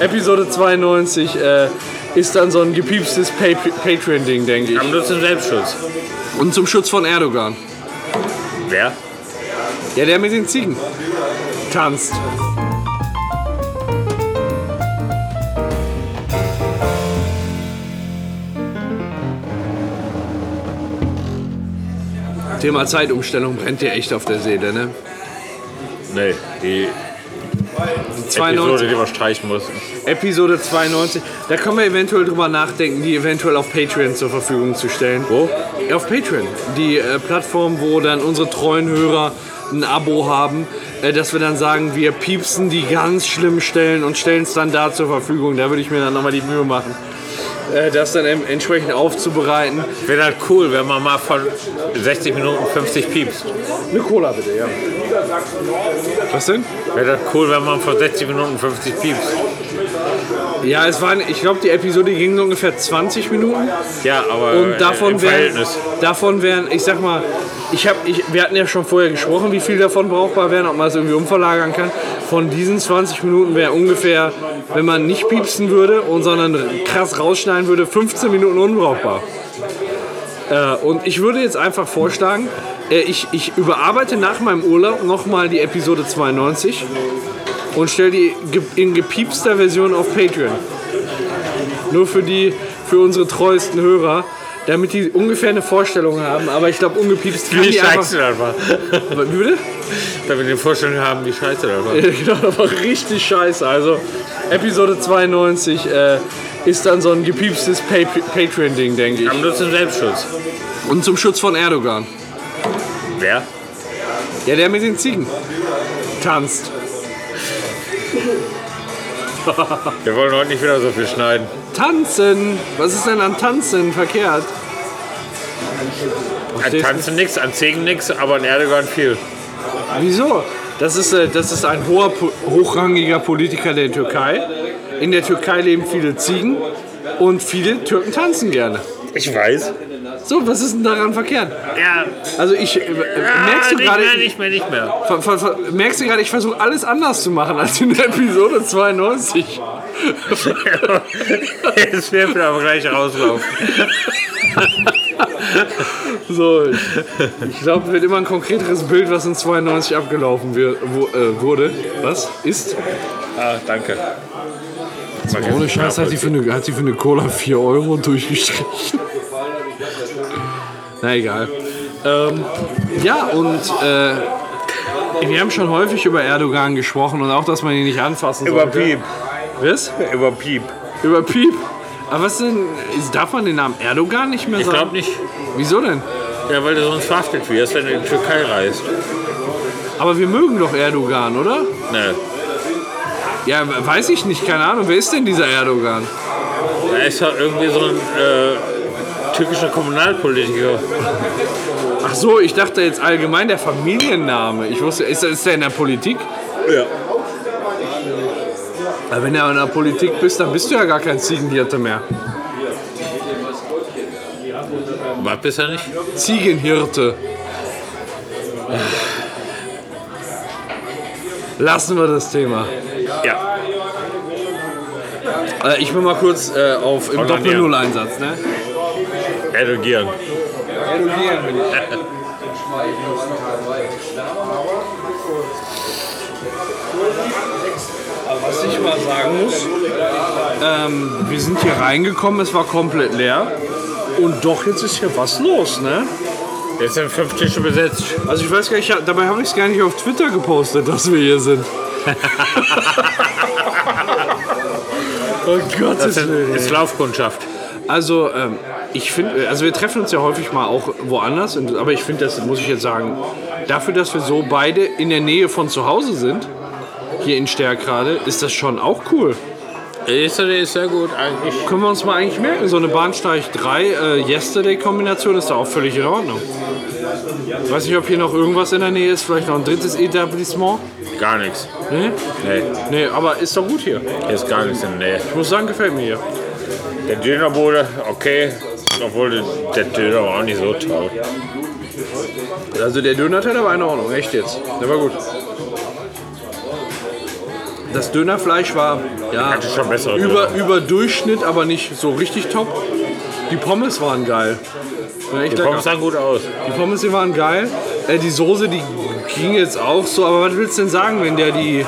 Episode 92 äh, ist dann so ein gepiepstes Pa- Patreon-Ding, denke ich. Aber nur zum Selbstschutz. Und zum Schutz von Erdogan. Wer? Ja, der mit den Ziegen tanzt. Thema Zeitumstellung brennt dir echt auf der Seele, ne? Nee, die 92, Episode, die man streichen muss. Episode 92, da können wir eventuell drüber nachdenken, die eventuell auf Patreon zur Verfügung zu stellen. Wo? Auf Patreon, die äh, Plattform, wo dann unsere treuen Hörer ein Abo haben, äh, dass wir dann sagen, wir piepsen die ganz schlimmen Stellen und stellen es dann da zur Verfügung. Da würde ich mir dann nochmal die Mühe machen, äh, das dann em- entsprechend aufzubereiten. Wäre halt cool, wenn man mal von 60 Minuten 50 piepst. Eine Cola bitte, ja. Was denn? Wäre das cool, wenn man von 60 Minuten 50 piepst. Ja, es waren, ich glaube, die Episode ging so ungefähr 20 Minuten. Ja, aber äh, Und davon im wären, Verhältnis. davon wären, ich sag mal, ich hab, ich, wir hatten ja schon vorher gesprochen, wie viel davon brauchbar wären, ob man es irgendwie umverlagern kann. Von diesen 20 Minuten wäre ungefähr, wenn man nicht piepsen würde und sondern krass rausschneiden würde, 15 Minuten unbrauchbar. Äh, und ich würde jetzt einfach vorschlagen, äh, ich, ich überarbeite nach meinem Urlaub nochmal die Episode 92 und stelle die ge in gepiepster Version auf Patreon. Nur für die, für unsere treuesten Hörer, damit die ungefähr eine Vorstellung haben. Aber ich glaube, ungepiepst kann Wie die einfach... scheiße das war. Wie bitte? Damit wir die Vorstellung haben, wie scheiße das war. Ja, genau, das war richtig scheiße. Also, Episode 92 äh, ist dann so ein gepiepstes Pa- Patreon-Ding, denke Aber nur zum Selbstschutz. ich. Und zum Schutz von Erdogan. Wer? Ja, der mit den Ziegen tanzt. Wir wollen heute nicht wieder so viel schneiden. Tanzen! Was ist denn an Tanzen verkehrt? An Tanzen nix, an Zegen nix, aber an Erdogan viel. Wieso? Das ist, äh, das ist ein hoher, po- hochrangiger Politiker der Türkei. In der Türkei leben viele Ziegen und viele Türken tanzen gerne. Ich weiß. So, was ist denn daran verkehrt? Ja. Ah, Also ich äh, merkst du nicht gerade, mehr, nicht mehr, nicht mehr. ver- ver- ver- merkst du gerade, ich versuche alles anders zu machen als in der Episode 92. Jetzt wird wir aber gleich rauslaufen. So, ich, ich glaube, wird immer ein konkreteres Bild, was in 92 abgelaufen wir, wo, äh, wurde. Was? Ist? Ah, danke. Ohne Scheiß hat sie für eine, hat sie für eine Cola 4 Euro durchgestrichen. Na egal. Ähm, ja, und äh, wir haben schon häufig über Erdogan gesprochen und auch, dass man ihn nicht anfassen Über sollte. Piep. Was? Über Piep. Über Piep. Aber was denn, ist, darf man den Namen Erdogan nicht mehr Ich sagen? glaube nicht. Wieso denn? Ja, weil du sonst verhaftet wirst, wenn du in die Türkei reist. Aber wir mögen doch Erdogan, oder? Ne. Ja, weiß ich nicht, keine Ahnung. Wer ist denn dieser Erdogan? Er ist halt irgendwie so ein äh, türkischer Kommunalpolitiker. Ach so, ich dachte jetzt allgemein der Familienname. Ich wusste, ist, ist der in der Politik? Ja. Aber wenn du in der Politik bist, dann bist du ja gar kein Ziegenhirte mehr. Was bist du nicht? Ziegenhirte. Lassen wir das Thema. Ja. Äh, ich bin mal kurz äh, auf im Und dann Doppel-Null-Einsatz, ne? Erdogan. Erdogan bin ich. Was ich mal sagen muss, ähm, wir sind hier reingekommen, es war komplett leer. Und doch, jetzt ist hier was los, ne? Jetzt sind fünf Tische besetzt. Also ich weiß gar nicht, dabei habe ich es gar nicht auf Twitter gepostet, dass wir hier sind. oh Gott, Das ist Laufkundschaft. Also, ähm, ich finde, also wir treffen uns ja häufig mal auch woanders, und, aber ich finde, das muss ich jetzt sagen, dafür, dass wir so beide in der Nähe von zu Hause sind, hier in Stärkrade, ist das schon auch cool. Yesterday ist sehr gut eigentlich. Können wir uns mal eigentlich merken, so eine Bahnsteig 3 äh, Yesterday-Kombination ist da auch völlig in Ordnung. Ich weiß nicht, ob hier noch irgendwas in der Nähe ist, vielleicht noch ein drittes Etablissement. Gar nichts. Nee? Nee, Nee, aber ist doch gut hier. hier ist gar nichts in der Nähe. Ich muss sagen, gefällt mir hier. Der Dönerbude, okay. Obwohl der Döner war auch nicht so toll. Also der Dönerteller war in Ordnung, echt jetzt. Der war gut. Das Dönerfleisch war ja, Hatte schon bessere über, über Durchschnitt, aber nicht so richtig top. Die Pommes waren geil. War echt Die lecker. Pommes sahen gut aus. Die Pommes, die waren geil. Äh, die Soße, die ging jetzt auch so. Aber was willst du denn sagen, wenn der die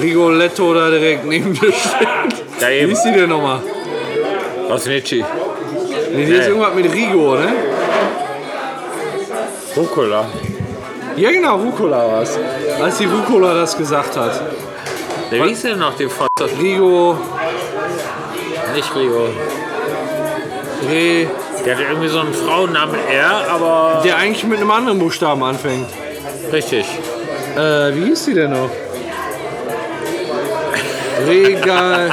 Rigoletto da direkt neben dir steht? Ja, Wie eben. ist die denn nochmal? Aus Nietzsche. Nee, die ist Nee. irgendwas mit Rigo, ne? Rucola. Ja, genau, Rucola war es. Als die Rucola das gesagt hat. Wer hieß denn noch den Fotz? Rigo, Nicht Rio. Re, Der hatte irgendwie so einen Frauennamen R, aber. der eigentlich mit einem anderen Buchstaben anfängt. Richtig. Äh, wie hieß die denn noch? Regal.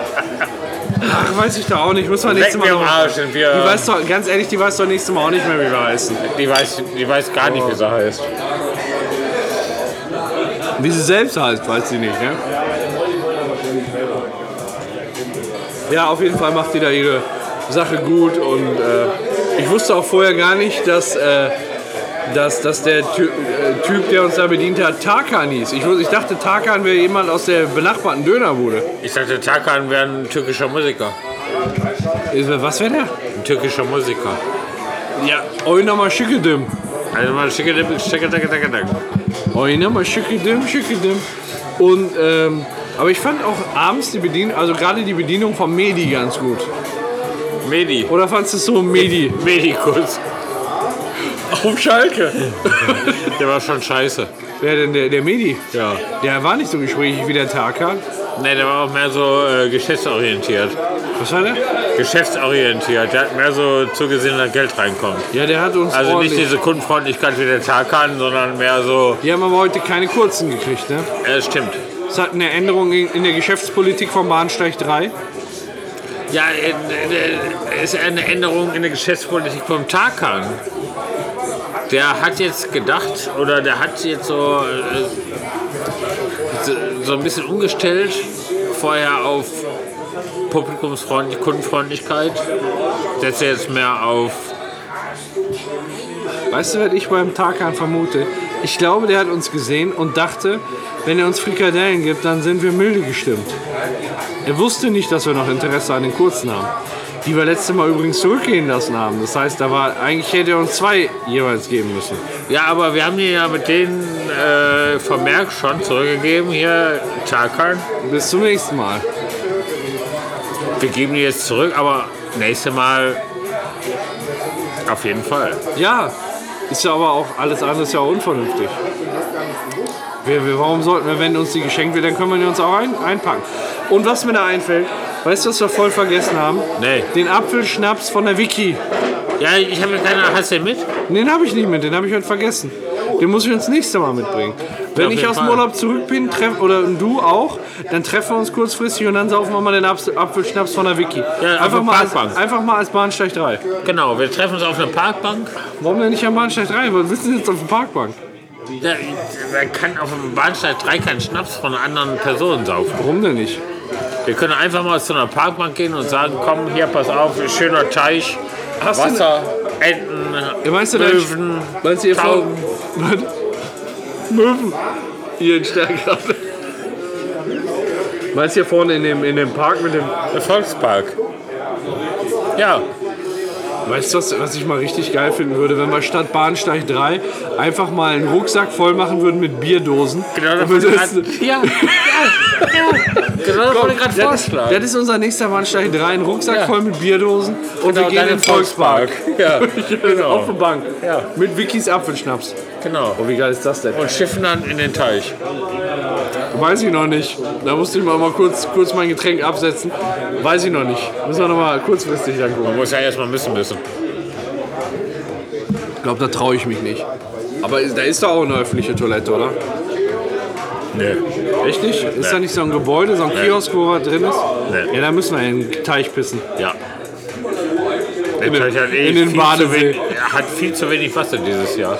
Ach, weiß ich doch auch nicht. Muss man Leck nächstes Mal mir am noch. Arsch, sind Die wir. weiß doch, ganz ehrlich, die weiß doch nächstes Mal auch nicht mehr, wie wir heißen. Die weiß, die weiß gar nicht, wie sie heißt. Wie sie selbst heißt, weiß sie nicht, ne? Ja, auf jeden Fall macht die da ihre Sache gut und äh, ich wusste auch vorher gar nicht, dass, äh, dass, dass der Ty äh, Typ, der uns da bedient hat, Tarkan hieß. Ich, wus- ich dachte, Tarkan wäre jemand aus der benachbarten Dönerbude. Ich dachte, Tarkan wäre ein türkischer Musiker. Ist- Was wäre der? Ein türkischer Musiker. Ja, Oynama Şükürdüm. Also mal schicke, schicke, schicke, schicke, schicke. Oynama Şükürdüm, Şükürdüm. Und, ähm, aber ich fand auch abends die Bedienung, also gerade die Bedienung von Medi ganz gut. Medi. Oder fandst du es so Medi? Medikus. Auf Schalke. Der war schon scheiße. Wer denn der, der Medi? Ja. Der war nicht so gesprächig wie der Tarkan. Ne, der war auch mehr so äh, geschäftsorientiert. Was war der? Geschäftsorientiert. Der hat mehr so zugesehen, dass Geld reinkommt. Ja, der hat uns Also nicht ordentlich. diese Kundenfreundlichkeit wie der Tarkan, sondern mehr so. die haben aber heute keine kurzen gekriegt, ne? Äh, stimmt. Es hat eine Änderung in, in der Geschäftspolitik vom Bahnsteig 3. Ja, äh, äh, ist eine Änderung in der Geschäftspolitik vom Tarkan. Der hat jetzt gedacht, oder der hat jetzt so, äh, so- so ein bisschen umgestellt, vorher auf Publikumsfreundlichkeit, Kundenfreundlichkeit, setzt er jetzt mehr auf, Weißt du, was ich beim Tarkan vermute? Ich glaube, der hat uns gesehen und dachte, wenn er uns Frikadellen gibt, dann sind wir milde gestimmt. Er wusste nicht, dass wir noch Interesse an den Kurzen haben. Die wir letzte Mal übrigens zurückgehen lassen haben. Das heißt, da war, eigentlich hätte er uns zwei jeweils geben müssen. ja, aber wir haben die ja mit denen äh, Vermerk schon zurückgegeben, hier Tarkan. Bis zum nächsten Mal. Wir geben die jetzt zurück, aber nächstes Mal auf jeden Fall. Ja, ist ja aber auch alles andere ist ja auch unvernünftig. Wir, wir, warum sollten wir, wenn uns die geschenkt wird, dann können wir die uns auch ein, einpacken. Und was mir da einfällt, weißt du, was wir voll vergessen haben? Nee. Den Apfelschnaps von der Wiki. Ja, ich habe keine Hast du den mit? Den habe ich nicht mit, den habe ich heute vergessen. Den muss ich uns nächstes Mal mitbringen. Wenn auf ich jeden aus dem Fall. Urlaub zurück bin, treff, oder du auch, dann treffen wir uns kurzfristig und dann saufen wir mal den Apfel- Apfelschnaps von der Wiki. auf der mal als, Parkbank. einfach mal als Bahnsteig 3. Genau, wir treffen uns auf einer Parkbank. Warum denn nicht am Bahnsteig 3? Wir sitzen jetzt auf der Parkbank. Da, man kann auf dem Bahnsteig 3 keinen Schnaps von anderen Personen saufen. Warum denn nicht? Wir können einfach mal zu einer Parkbank gehen und sagen, komm, hier, pass auf, schöner Teich, Hast du Wasser, Enten, Ja, meinst du denn- Möwen. Meinst du, ihr Tauben. Frauen- Möwen. Hier in Stärkraft. Meinst du hier vorne in dem, in dem Park mit dem. Der Volkspark. Ja, Weißt du, was, was ich mal richtig geil finden würde, wenn wir statt Bahnsteig 3 einfach mal einen Rucksack voll machen würden mit Bierdosen? genau das Und wollte wir ich setzen- gerade ja, ja, ja, genau das wollte ich gerade das, ist, vorschlagen. das ist unser nächster Bahnsteig 3, ein Rucksack Ja. voll mit Bierdosen und wir Genau, gehen in den dann Volkspark. Ja, Auf der genau. Bank. Ja. Mit Wikis Apfelschnaps. genau. Oh, wie geil ist das denn? Und schiffen dann in den Teich. Weiß ich noch nicht. Da musste ich mal, mal kurz, kurz mein Getränk absetzen. Weiß ich noch nicht. Müssen wir noch mal kurzfristig dann gucken. Man muss ja erstmal müssen müssen. Ich glaube, da traue ich mich nicht. Aber da ist doch auch eine öffentliche Toilette, oder? Nee. Echt nicht? Ist da nicht so ein Gebäude, so ein Kiosk, wo was drin ist? Nee. Ja, da müssen wir in den Teich pissen. Ja. In Österreich den- hat eh in den viel Badesee. zu wenig- Hat viel zu wenig Wasser dieses Jahr.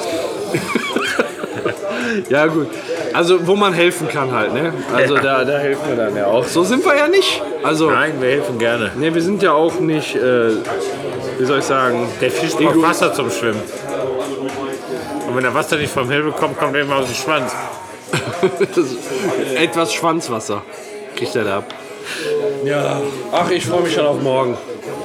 Ja, gut. Also, wo man helfen kann halt, ne? Also, da, da helfen wir dann ja auch. So sind wir ja nicht. Also, Nein, wir helfen gerne. ne, wir sind ja auch nicht, äh, wie soll ich sagen, Der Fisch braucht Ego- Wasser zum Schwimmen. Und wenn er Wasser nicht vom Himmel bekommt, kommt er immer aus dem Schwanz. Das ist Etwas Schwanzwasser kriegt er da ab. Ja. Ach, ich freue mich schon auf morgen.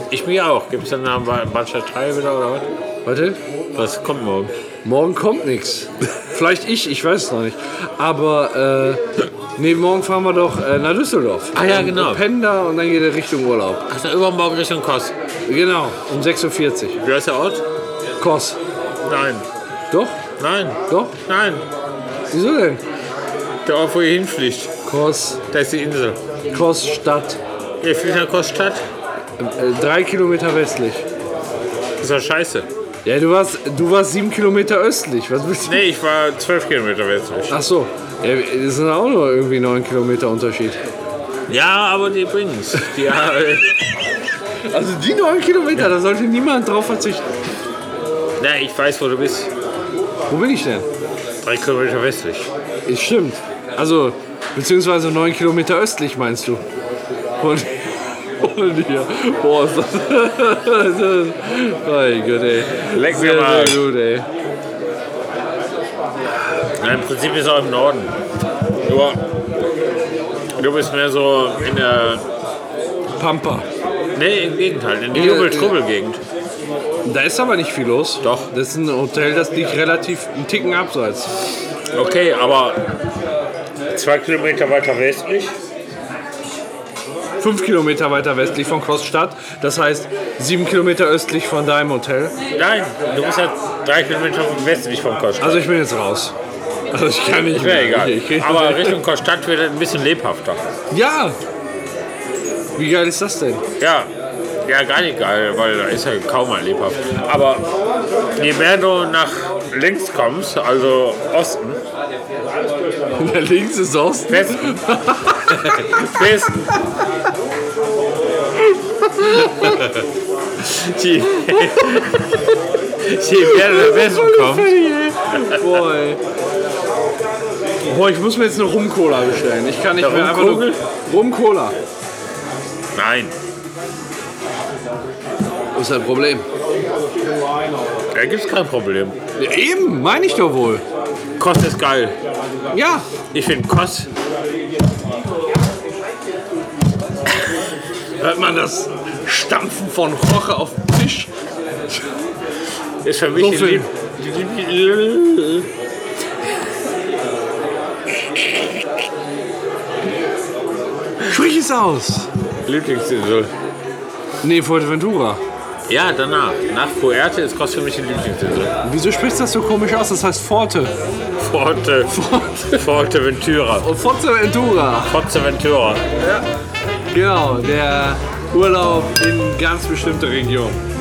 Ich mich auch. Gibt es dann am Bachelor 3 wieder oder was? Warte, Was kommt morgen? morgen kommt nichts. Vielleicht ich, ich weiß es noch nicht. Aber äh, nee, morgen fahren wir doch äh, nach Düsseldorf. Ah ja, Und- genau. und Pennen da und dann geht er Richtung Urlaub. Ach, dann übermorgen Richtung Kost. Genau, um 6.40 Uhr. Wie heißt der Ort? Kos. Nein. Doch, Nein. doch. Nein. Wieso denn? Der Ort, wo ihr hinfliegt. Kos, Da ist die Insel. Kos Stadt. Ihr fliegt nach Koststadt? Äh, drei Kilometer westlich. Das ist doch scheiße. Ja, du warst, du warst sieben Kilometer östlich. Was willst du? Nee, ich war 12 Kilometer westlich. Ach so. Ja, das sind auch nur irgendwie neun Kilometer Unterschied. Ja, aber die bringen's. Ja, Also die neun Kilometer, da sollte niemand drauf verzichten. nee, ich weiß, wo du bist. Wo bin ich denn? Drei Kilometer westlich. Ist stimmt. Also, beziehungsweise neun Kilometer östlich, meinst du? Von, von hier. Boah, ist das, das ist, mein Gott, ey. Leck mir sehr, mal. sehr gut, ey. Ja, Im Prinzip ist er im Norden. Nur, du bist mehr so in der. Pampa. Nee, im Gegenteil, in der Ja, Jubel-Trubbel-Gegend. Da ist aber nicht viel los. Doch. Das ist ein Hotel, das liegt relativ einen Ticken abseits. Okay, aber. Zwei Kilometer weiter westlich? Fünf Kilometer weiter westlich von Koststadt. Das heißt, sieben Kilometer östlich von deinem Hotel. Nein, du bist ja drei Kilometer westlich vom Kostadt. Also ich bin jetzt raus. Also ich kann nicht Wäre mehr. egal. Ich- ich- Aber Richtung Kostadt wird es ein bisschen lebhafter. ja! Wie geil ist das denn? Ja, ja, gar nicht geil, weil da ist ja kaum ein lebhaft. Aber je mehr du nach links kommst, also Osten, Da links ist Osten. Westen, Westen, je, je mehr du nach Westen kommst, Boah, ey. Boah, ich muss mir jetzt eine Rum-Cola bestellen. Ich kann nicht Eine mehr einfach nur... Rum-Kugel? Rum-Cola. nein, Ist ein Problem. da gibt es kein Problem. Ja, eben, meine ich doch wohl. Kost ist geil. Ja. Ich finde Kost, Hört man das Stampfen von Roche auf dem Tisch? Ist für mich So die viel. Lieb- Sprich es aus. Lieblingsinsel. Nee, Fuerteventura. Ja, danach. Nach Fuerte ist Kost für mich die Lieblingsinsel. Wieso sprichst du das so komisch aus? Das heißt Forte. Forte. Forte. Ventura. Und Fuerteventura. Forte Ventura. Genau, der Urlaub in ganz bestimmte Regionen.